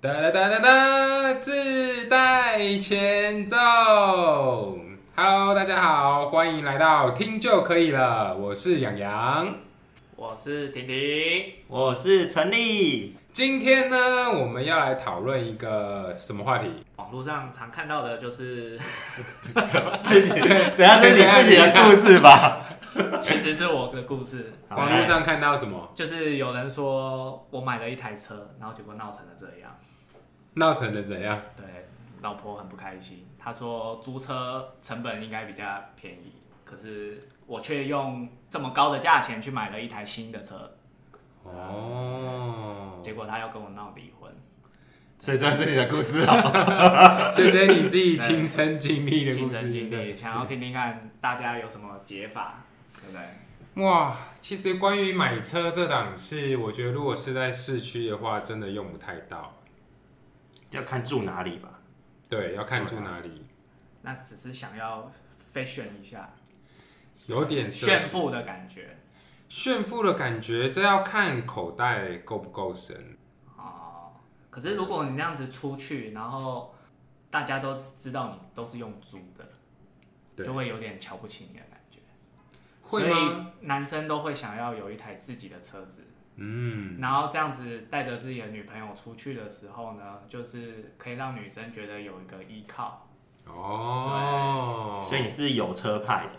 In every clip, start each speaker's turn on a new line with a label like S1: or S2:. S1: 哒哒哒哒哒，自带前奏。Hello，大家好，欢迎来到听就可以了，我是养洋。
S2: 我是婷婷，
S3: 我是陈 立，
S1: 今天呢，我们要来讨论一个什么话题？
S2: 网络上常看到的就是，
S3: 自己等下
S1: 对
S3: 是你自己的故事 吧？
S2: 其实是我的故事，
S3: 好
S1: 网络上看到什么
S2: 就是有人说我买了一台车，然后结果闹成了这样，
S1: 闹成了怎样？
S2: 对，老婆很不开心，她说租车成本应该比较便宜，可是我却用这么高的价钱去买了一台新的车，
S1: 哦，
S2: 结果她要跟我闹离婚，
S3: 所以这是你的故事哦。
S1: 就是你自己亲身经历的故
S2: 亲
S1: 事
S2: 身。经
S1: 对
S2: 历，想要听听看大家有什么解法，对不对？
S1: 哇，其实关于买车这档事，我觉得如果是在市区的话，真的用不太到。
S3: 要看住哪里吧。
S1: 对，要看住哪里，
S2: 那只是想要 fashion 一下，
S1: 有点奢
S2: 炫
S1: 侈
S2: 富的感觉。
S1: 炫富的感觉，这要看口袋够不够深。
S2: 哦，可是如果你那样子出去，然后大家都知道你都是用租的，
S1: 对
S2: 就会有点瞧不起你的感觉。
S1: 会吗？？
S2: 男生都会想要有一台自己的车子，
S1: 嗯，
S2: 然后这样子带着自己的女朋友出去的时候呢，就是可以让女生觉得有一个依靠。
S1: 哦，
S3: 所以你是有车派的，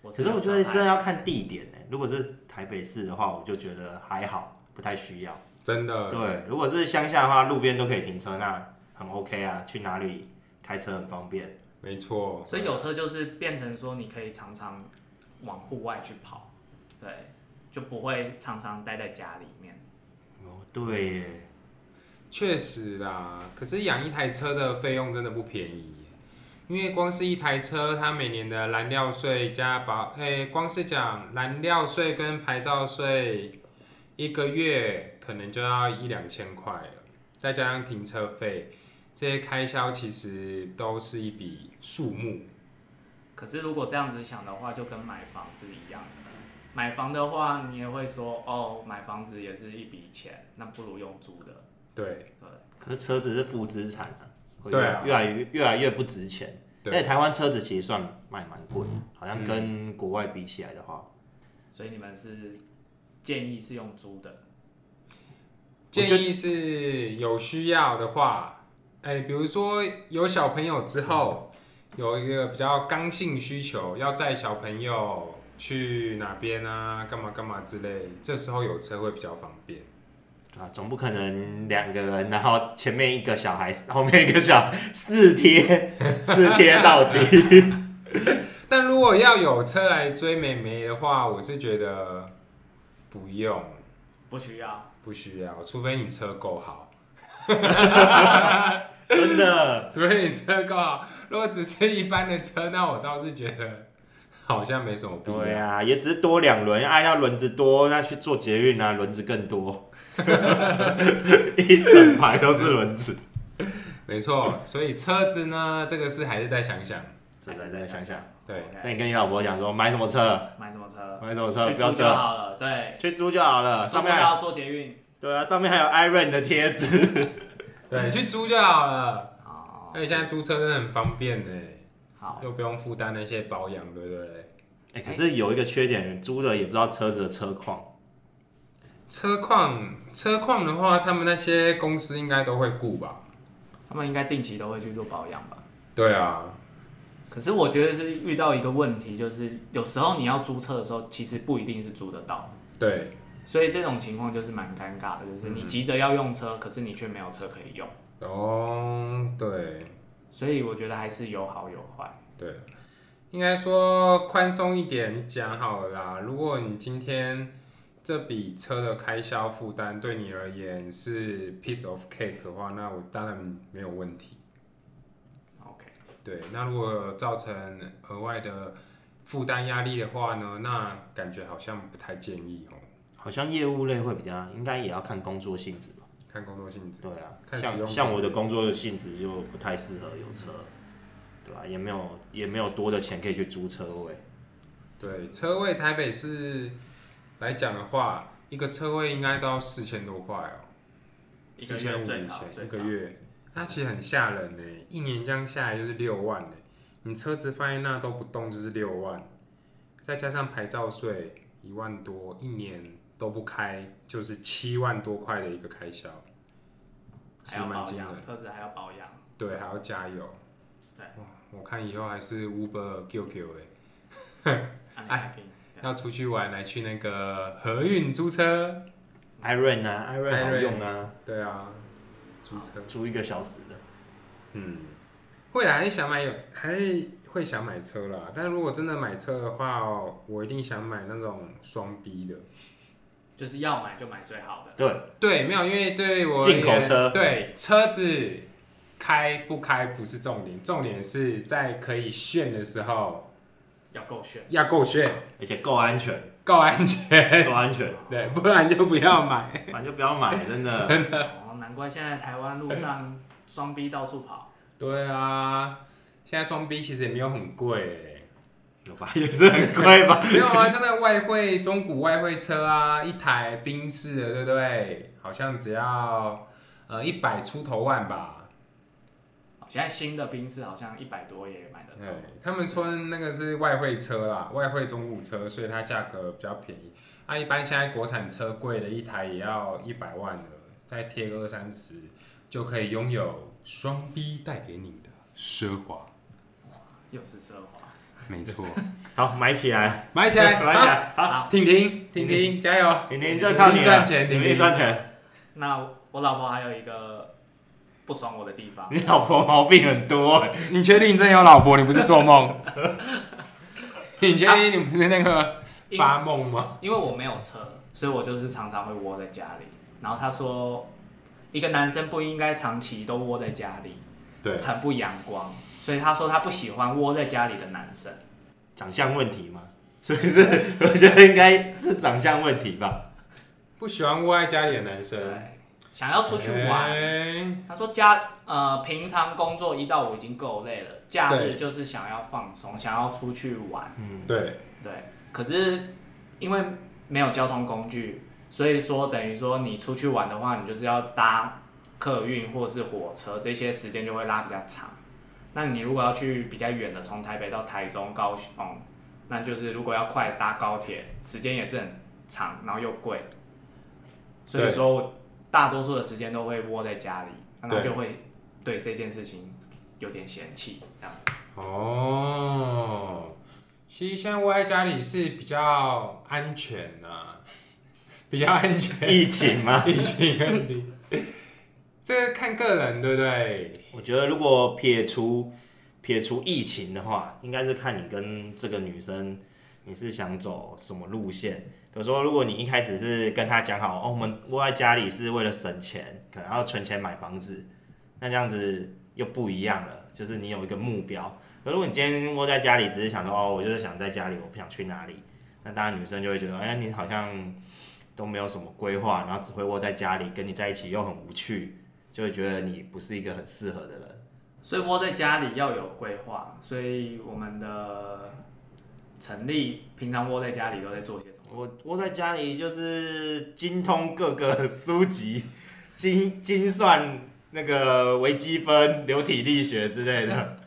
S2: 我
S3: 可是我觉
S2: 有车
S3: 得
S2: 牌
S3: 真的要看地点呢、欸如果是台北市的话，我就觉得还好，不太需要。
S1: 真的
S3: 对，如果是乡下的话，路边都可以停车，那很 OK 啊。去哪里开车很方便。
S1: 没错，
S2: 所以有车就是变成说你可以常常往户外去跑，对，就不会常常待在家里面。
S3: 哦，对耶，
S1: 确实啦。可是养一台车的费用真的不便宜耶，因为光是一台车，它每年的燃料税加保，诶、光是讲燃料税跟牌照税，一个月可能就要一两千块了，再加上停车费，这些开销其实都是一笔数目。
S2: 可是如果这样子想的话，就跟买房子一样的。买房的话，你也会说哦，买房子也是一笔钱，那不如用租的。
S1: 对
S3: 可是车子是负资产啊，会
S1: 对啊
S3: 越来越越来越不值钱。而且
S1: 对，
S3: 台湾车子其实算卖蛮贵的，好像跟国外比起来的话，
S2: 所以你们是建议是用租的，
S3: 觉得
S1: 建议是有需要的话，哎、比如说有小朋友之后，有一个比较刚性需求，要载小朋友去哪边啊，干嘛干嘛之类，这时候有车会比较方便。
S3: 对吧、啊总不可能两个人，然后前面一个小孩，后面一个小孩，四贴四贴到底。
S1: 但如果要有车来追妹妹的话，我是觉得不用，
S2: 不需要。
S1: 不需要，除非你车够好，
S3: 真的，
S1: 除非你车够好。如果只是一般的车，那我倒是觉得好像没什么必要。
S3: 对啊，也只是多两轮，啊，要轮子多，那去做捷运啊，轮子更多，一整排都是轮子。
S1: 没错，所以车子呢，这个事还是再想想。
S3: 再再再想想，
S1: 对
S2: OK，
S3: 所以你跟你老婆讲说，买什么车，
S2: 买什么车？
S3: 买什么车，
S2: 去
S3: 不要
S2: 租就
S3: 车，
S2: 好了。对，
S3: 去租就好了。
S2: 上
S3: 上
S2: 面
S3: 面
S2: 还
S3: 还
S2: 要做捷运。
S3: 对啊，上面还有 Iron 的贴纸。
S1: 对，去租就好了。
S2: 哦，
S1: 而
S3: 哎
S1: 且现在租车真的很方便呢，
S2: 好，
S1: 又不用负担那些保养，对不对？
S3: 哎、可是有一个缺点，租的也不知道车子的车况。
S1: 车况车况的话，他们那些公司应该都会顾吧？
S2: 他们应该定期都会去做保养吧。
S1: 对啊，
S2: 可是我觉得是遇到一个问题，就是有时候你要租车的时候，其实不一定是租得到。
S1: 对，
S2: 所以这种情况就是蛮尴尬的，就是你急着要用车，可是你却没有车可以用。
S1: 哦，对
S2: 所以我觉得还是有好有坏。
S1: 对，应该说宽松一点讲好了啦。如果你今天这笔车的开销负担对你而言是 piece of cake 的话，那我当然没有问题。
S2: OK，
S1: 对，那如果造成额外的负担压力的话呢，那感觉好像不太建议哦。
S3: 好像业务类会比较，应该也要看工作性质吧。
S1: 看工作性质，
S3: 对啊，
S1: 看使用
S3: 像
S1: 频率
S3: 像我的工作的性质就不太适合有车，对啊吧、也没有也没有多的钱可以去租车位。
S1: 对，车位台北市来讲的话，一个车位应该都要四千多块哦。
S2: 一个
S1: 四
S2: 月
S1: 千五
S2: 最
S1: 以
S2: 少
S1: 前
S2: 最
S1: 一个
S2: 少
S1: 月，那其实很吓人呢、一年这样下来就是六万呢、你车子放在那都不动就是六万，再加上牌照税一万多，一年都不开就是七万多块的一个开销，其
S2: 还
S1: 实
S2: 要
S1: 蛮
S2: 保
S1: 惊人
S2: 养，。车子还要保养，
S1: 对，还要加油。
S2: 对
S1: 哇，我看以后还是 Uber QQ 哎，
S2: 啊你
S1: 哎
S2: 还可以 对
S1: 要出去玩来去那个合运租车。
S3: 艾润啊，艾润好
S1: Iron
S3: 用啊，
S1: 对啊，租车。
S3: 租一个小时的。
S1: 嗯，未来还是想买有，还是会想买车啦。但如果真的买车的话、哦，我一定想买那种双 B 的。
S2: 就是要买就买最好的。
S3: 对，
S1: 对，没有，因为对我而
S3: 进口
S1: 言
S3: 车
S1: 对车子开不开不是重点，重点是在可以炫的时候
S2: 要够炫，
S1: 要够炫、
S3: 而且够安 全，
S1: 够安全，
S3: 够安全，
S1: 对，不然就不要买。
S3: 反正就不 要买，真的。
S1: 哎
S2: 哦，难怪现在台湾路上双 B 到处跑，
S1: 对啊，现在双 B 其实也没有很贵、欸。
S3: 有吧？也是很贵吧？
S1: 没有啊，像那个外汇中古外汇车啊，一台宾士的，对不对？好像只要呃一百出头万吧。
S2: 哦现在新的宾士好像一百多也买得
S1: 对
S2: 到。，
S1: 他们说那个是外汇车啦，外汇中古车，所以它价格比较便宜。啊，一般现在国产车贵的一台也要一百万了，再贴个二三十，就可以拥有双 B 带给你的奢华。
S2: 又是奢华，
S1: 没 错，
S3: 好，买起来，
S1: 买起来，
S3: 买起
S1: 好，
S3: 来，好，
S2: 好，
S1: 婷婷，婷婷，加油！
S3: 婷婷就靠你
S1: 婷婷
S3: 了
S1: 赚钱
S3: 婷
S1: 婷
S3: 婷
S1: 婷
S3: 赚钱。
S2: 那我老婆还有一个不爽我的地方，
S3: 你老婆毛病很多欸，
S1: 你确定你真有老婆？你不是做梦？你确定你不是那个
S2: 因
S1: 发梦吗？
S2: 因为我没有车，所以我就是常常会窝在家里。然后她说，一个男生不应该长期都窝在家里，
S1: 对，
S2: 很不阳光，所以她说她不喜欢窝在家里的男生。
S3: 长相问题嘛，所以是我觉得应该是长相问题吧。
S1: 不喜欢窝在家里的男生，
S2: 对，想要出去玩。
S1: 哎
S2: 他说家呃，平常工作一到五已经够累了，假日就是想要放松，想要出去玩。
S3: 嗯，
S1: 对，
S2: 对，可是因为没有交通工具，所以说等于说你出去玩的话，你就是要搭客运或者是火车，这些时间就会拉比较长。那你如果要去比较远的，从台北到台中、高雄，那就是如果要快搭高铁，时间也是很长，然后又贵。所以
S1: 对
S2: 说，我大多数的时间都会窝在家里，然后
S1: 对
S2: 就会对这件事情有点嫌弃，这样子。
S1: 哦，其实现在窝在家里是比较安全呐、 比较安全，
S3: 疫情嘛，
S1: 疫情问题，这个看个人，对不对？
S3: 我觉得如果撇除撇除疫情的话，应该是看你跟这个女生你是想走什么路线。比如说，如果你一开始是跟她讲好，哦，我们窝在家里是为了省钱，可能要存钱买房子，那这样子又不一样了，就是你有一个目标。可如果你今天窝在家里，只是想说，哦，我就是想在家里，我不想去哪里，那当然女生就会觉得，哎，你好像都没有什么规划，然后只会窝在家里，跟你在一起又很无趣，就会觉得你不是一个很适合的人。
S2: 所以窝在家里要有规划，所以我们的成立，平常窝在家里都在做些什么？
S3: 我窝在家里就是精通各个书籍， 精精算那个微积分、流体力学之类的，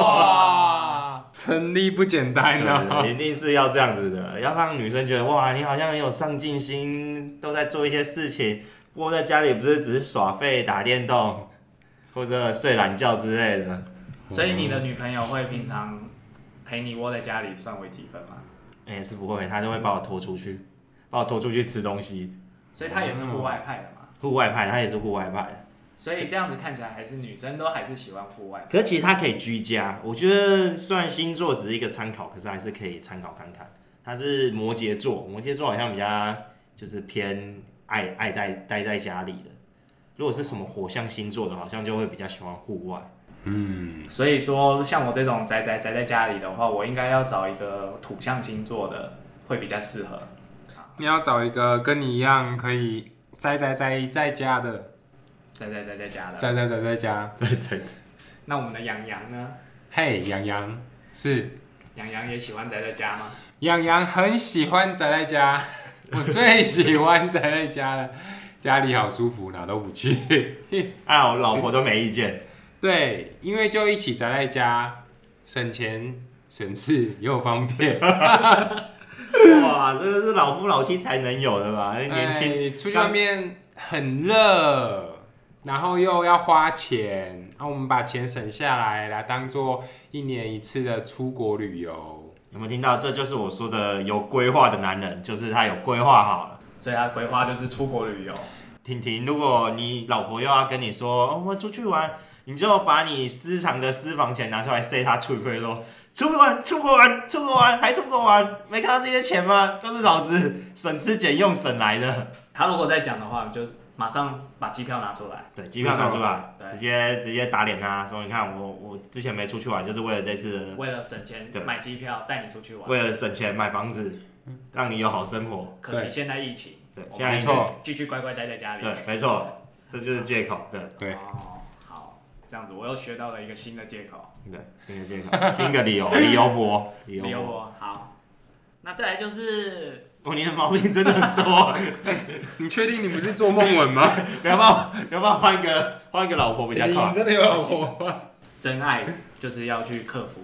S1: 哇，成立不简单哦。
S3: 对一定是要这样子的，要让女生觉得哇，你好像很有上进心，都在做一些事情。窝在家里不是只是耍废、打电动或者睡懒觉之类的，
S2: 所以你的女朋友会平常陪你窝在家里算微积分吗？
S3: 哎、是不会，她就会把我拖出去，把我拖出去吃东西。
S2: 所以她也是户外派的嘛。
S3: 户外派，她也是户外派。
S2: 所以这样子看起来，还是女生都还是喜欢户外。
S3: 可是其实它可以居家，我觉得虽然星座只是一个参考，可是还是可以参考看看。它是摩羯座，摩羯座好像比较就是偏爱爱待待在家里的。如果是什么火象星座的，好像就会比较喜欢户外。
S1: 嗯，
S2: 所以说，像我这种宅宅宅在家里的话，我应该要找一个土象星座的，会比较适合。
S1: 你要找一个跟你一样可以宅宅宅在家的，
S2: 宅宅宅在家的。
S1: 宅宅宅在家。
S3: 对对对，
S2: 那我们的洋洋呢？
S1: 嘿，洋洋是。
S2: 洋洋也喜欢宅在家吗？
S1: 洋洋很喜欢宅在家，我最喜欢宅在家了。家里好舒服，哪都不去。
S3: 啊，我老婆都没意见，
S1: 对，因为就一起宅在家，省钱省事又方便。
S3: 哇，啊这个是老夫老妻才能有的吧？那年轻啊
S1: 哎出去外面很热，然后又要花钱，那、我们把钱省下来，来当做一年一次的出国旅游。
S3: 有没有听到？这就是我说的有规划的男人，就是他有规划好了。
S2: 所以他规划就是出国旅游。
S3: 婷婷，如果你老婆又要跟你说、哦、我出去玩，你就把你私藏的私房钱拿出来塞她出柜，说出国玩，出国玩，出国玩，还出国玩，没看到这些钱吗？都是老子省吃俭用省来的。
S2: 他如果再讲的话，就马上把机票拿出来。
S3: 对，机票拿出来
S2: 没，错
S3: 直接直接打脸他，说你看我我之前没出去玩，就是为了这次的
S2: 为了省钱
S3: 对
S2: 买机票带你出去玩，
S3: 为了省钱买房子，让你有好生活。
S2: 可惜现在疫情，
S3: 对，
S2: 我
S3: 现在
S2: 们
S1: 没错
S2: 继续乖乖待在家里。
S3: 对，没错，这就是借口。对
S1: 对
S2: 哦，好，这样子我又学到了一个新的借口，
S3: 对，新的 借口，新的理由，理由博，理由
S2: 没有
S3: 博。
S2: 我好。那再来就是
S3: 哦，你的毛病真的很多，
S1: 你确定你不是做梦文 吗？
S3: 你要不要你要不要换一个换一个老婆比较快？
S1: 真的有老婆吗？
S2: 真爱，就是要去克服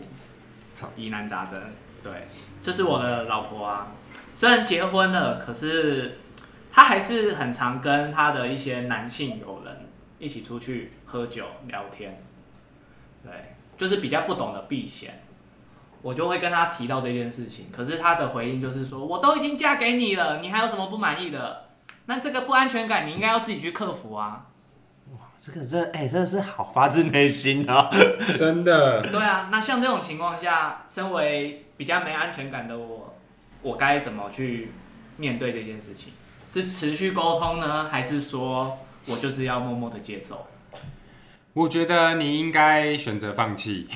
S3: 好
S2: 疑难杂症。对，这是我的老婆啊，虽然结婚了，可是她还是很常跟她的一些男性友人一起出去喝酒聊天。对，就是比较不懂得避嫌。我就会跟她提到这件事情，可是她的回应就是说：“我都已经嫁给你了，你还有什么不满意的？那这个不安全感，你应该要自己去克服啊。”
S3: 这个真哎、真的是好发自内心啊！
S1: 真的，
S2: 对啊，那像这种情况下，身为比较没安全感的我，我该怎么去面对这件事情？是持续沟通呢，还是说我就是要默默的接受？
S1: 我觉得你应该选择放弃。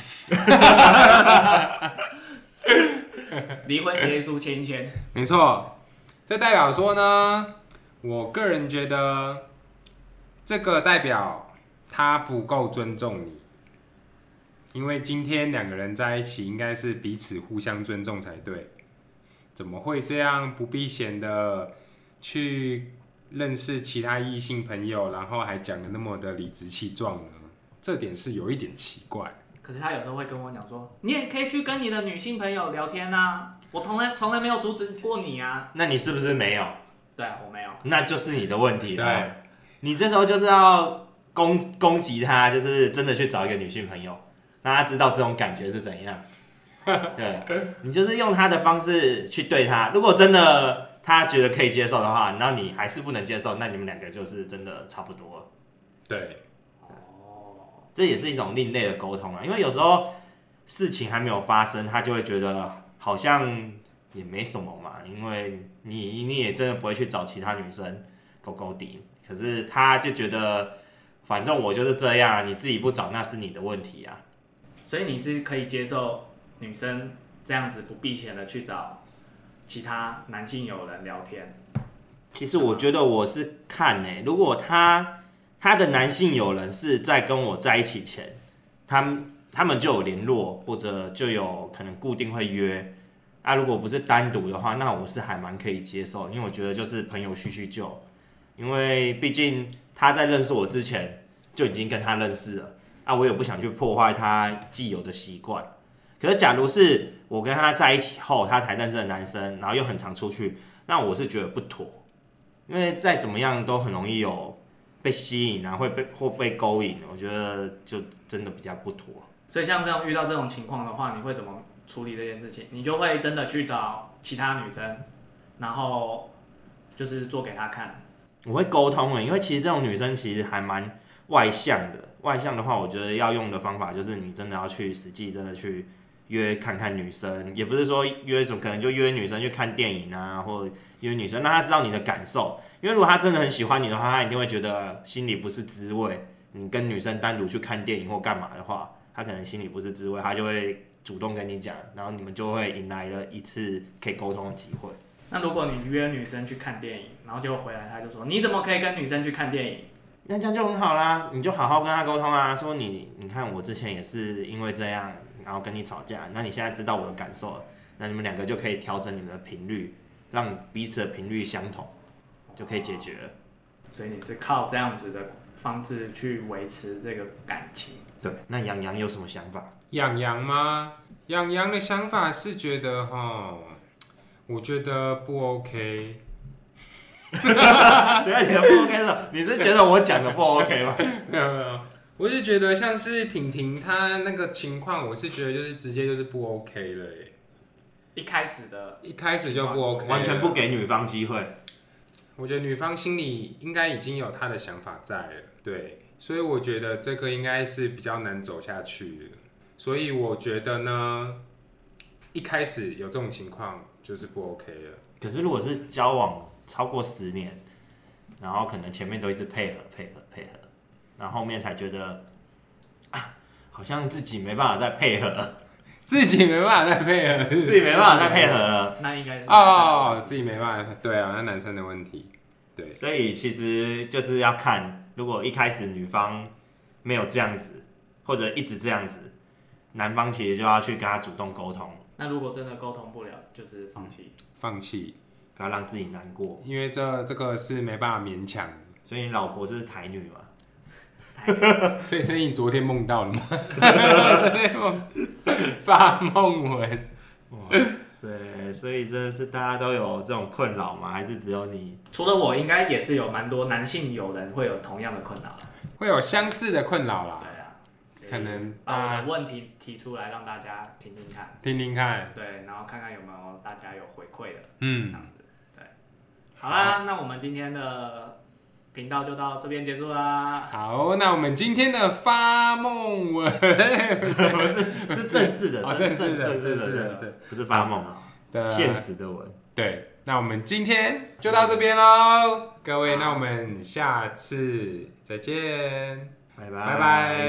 S2: 离婚协议书签一签，
S1: 没错，这代表说呢，我个人觉得这个代表他不够尊重你，因为今天两个人在一起应该是彼此互相尊重才对，怎么会这样不避嫌的去认识其他异性朋友，然后还讲的那么的理直气壮呢？这点是有一点奇怪。
S2: 可是他有时候会跟我讲说，你也可以去跟你的女性朋友聊天啊，我从来从来没有阻止过你啊。
S3: 那你是不是没有？
S2: 对啊，我没有。
S3: 那就是你的问题了。
S1: 对，
S3: 你这时候就是要攻攻击他，就是真的去找一个女性朋友，让他知道这种感觉是怎样。对，你就是用他的方式去对他。如果真的他觉得可以接受的话，然后你还是不能接受，那你们两个就是真的差不多了。
S1: 对，
S2: 哦，
S3: 这也是一种另类的沟通啊，因为有时候事情还没有发生，他就会觉得好像也没什么嘛，因为你你也真的不会去找其他女生勾勾搭，可是他就觉得反正我就是这样啊，你自己不找那是你的问题啊。
S2: 所以你是可以接受女生这样子不避嫌的去找其他男性友人聊天？
S3: 其实我觉得我是看呢、如果他他的男性友人是在跟我在一起前，他们他们就有联络，或者就有可能固定会约。啊，如果不是单独的话，那我是还蛮可以接受，因为我觉得就是朋友叙叙旧，因为毕竟他在认识我之前就已经跟他认识了，啊，我也不想去破坏他既有的习惯。可是假如是我跟他在一起后，他才认识的男生，然后又很常出去，那我是觉得不妥。因为再怎么样都很容易有被吸引啊，会被或被勾引，我觉得就真的比较不妥。
S2: 所以像这样遇到这种情况的话，你会怎么处理这件事情？你就会真的去找其他女生，然后就是做给她看。
S3: 我会沟通的，因为其实这种女生其实还蛮外向的。外向的话，我觉得要用的方法就是你真的要去实际真的去约看看女生，也不是说约什么，可能就约女生去看电影啊，或约女生让她知道你的感受。因为如果她真的很喜欢你的话，她一定会觉得心里不是滋味。你跟女生单独去看电影或干嘛的话，她可能心里不是滋味，她就会主动跟你讲，然后你们就会迎来了一次可以沟通的机会。
S2: 那如果你约女生去看电影，然后就回来，她就说你怎么可以跟女生去看电影？
S3: 那这样就很好啦，你就好好跟他沟通啊，说你你看我之前也是因为这样，然后跟你吵架，那你现在知道我的感受了，那你们两个就可以调整你们的频率，让彼此的频率相同，就可以解决了。
S2: 所以你是靠这样子的方式去维持这个感情。
S3: 对，那杨洋有什么想法？
S1: 养羊吗？养羊的想法是觉得哈，我觉得不 OK，
S3: 对啊，你的不 OK 的，你是觉得我讲的不 OK 吗？
S1: 没有没有，我是觉得像是婷婷她那个情况，我是觉得就是直接就是不 OK 了耶，
S2: 一开始的
S1: 一开始就不 OK，了
S3: 完全不。给女方机会。
S1: 我觉得女方心里应该已经有她的想法在了，对，所以我觉得这个应该是比较难走下去的。所以我觉得呢，一开始有这种情况就是不 OK 了。
S3: 可是如果是交往超过十年，然后可能前面都一直配合配合配合，然后后面才觉得啊，好像自己没办法再配合了，
S1: 自己没办法再配合，
S3: 自己没办法再配合了。
S2: 那应该是
S1: 哦，自己没办法，对啊，那男生的问题，对，
S3: 所以其实就是要看，如果一开始女方没有这样子，或者一直这样子，男方其实就要去跟他主动沟通，
S2: 那如果真的沟通不了，就是放弃。
S1: 放弃，
S3: 不要让自己难过。
S1: 因为这这个是没办法勉强的。
S3: 所以你老婆是台女嘛？
S1: 所以，所以你昨天梦到了吗？ 昨天梦发梦文，
S3: 对，所以真的是大家都有这种困扰吗？还是只有你？
S2: 除了我，应该也是有蛮多男性友人会有同样的困扰。
S1: 会有相似的困扰啦。
S2: 对啊，所以
S1: 可能
S2: 把我
S1: 大
S2: 的问题提出来让大家听听看，
S1: 听听看，
S2: 对，然后看看有没有大家有回馈的这
S1: 嗯，
S2: 样子。对，好啦，那我们今天的频道就到这边结束啦。
S1: 好，那我们今天的发梦文，
S3: 不是，是正式的，
S1: 哦
S3: 真
S1: 正式的
S3: 正式
S1: 正式的
S3: 的
S1: 正，
S3: 不是发梦啊，
S1: 的
S3: 现实的文。
S1: 对，那我们今天就到这边喽，各位，那我们下次再见，
S3: 拜
S1: 拜拜。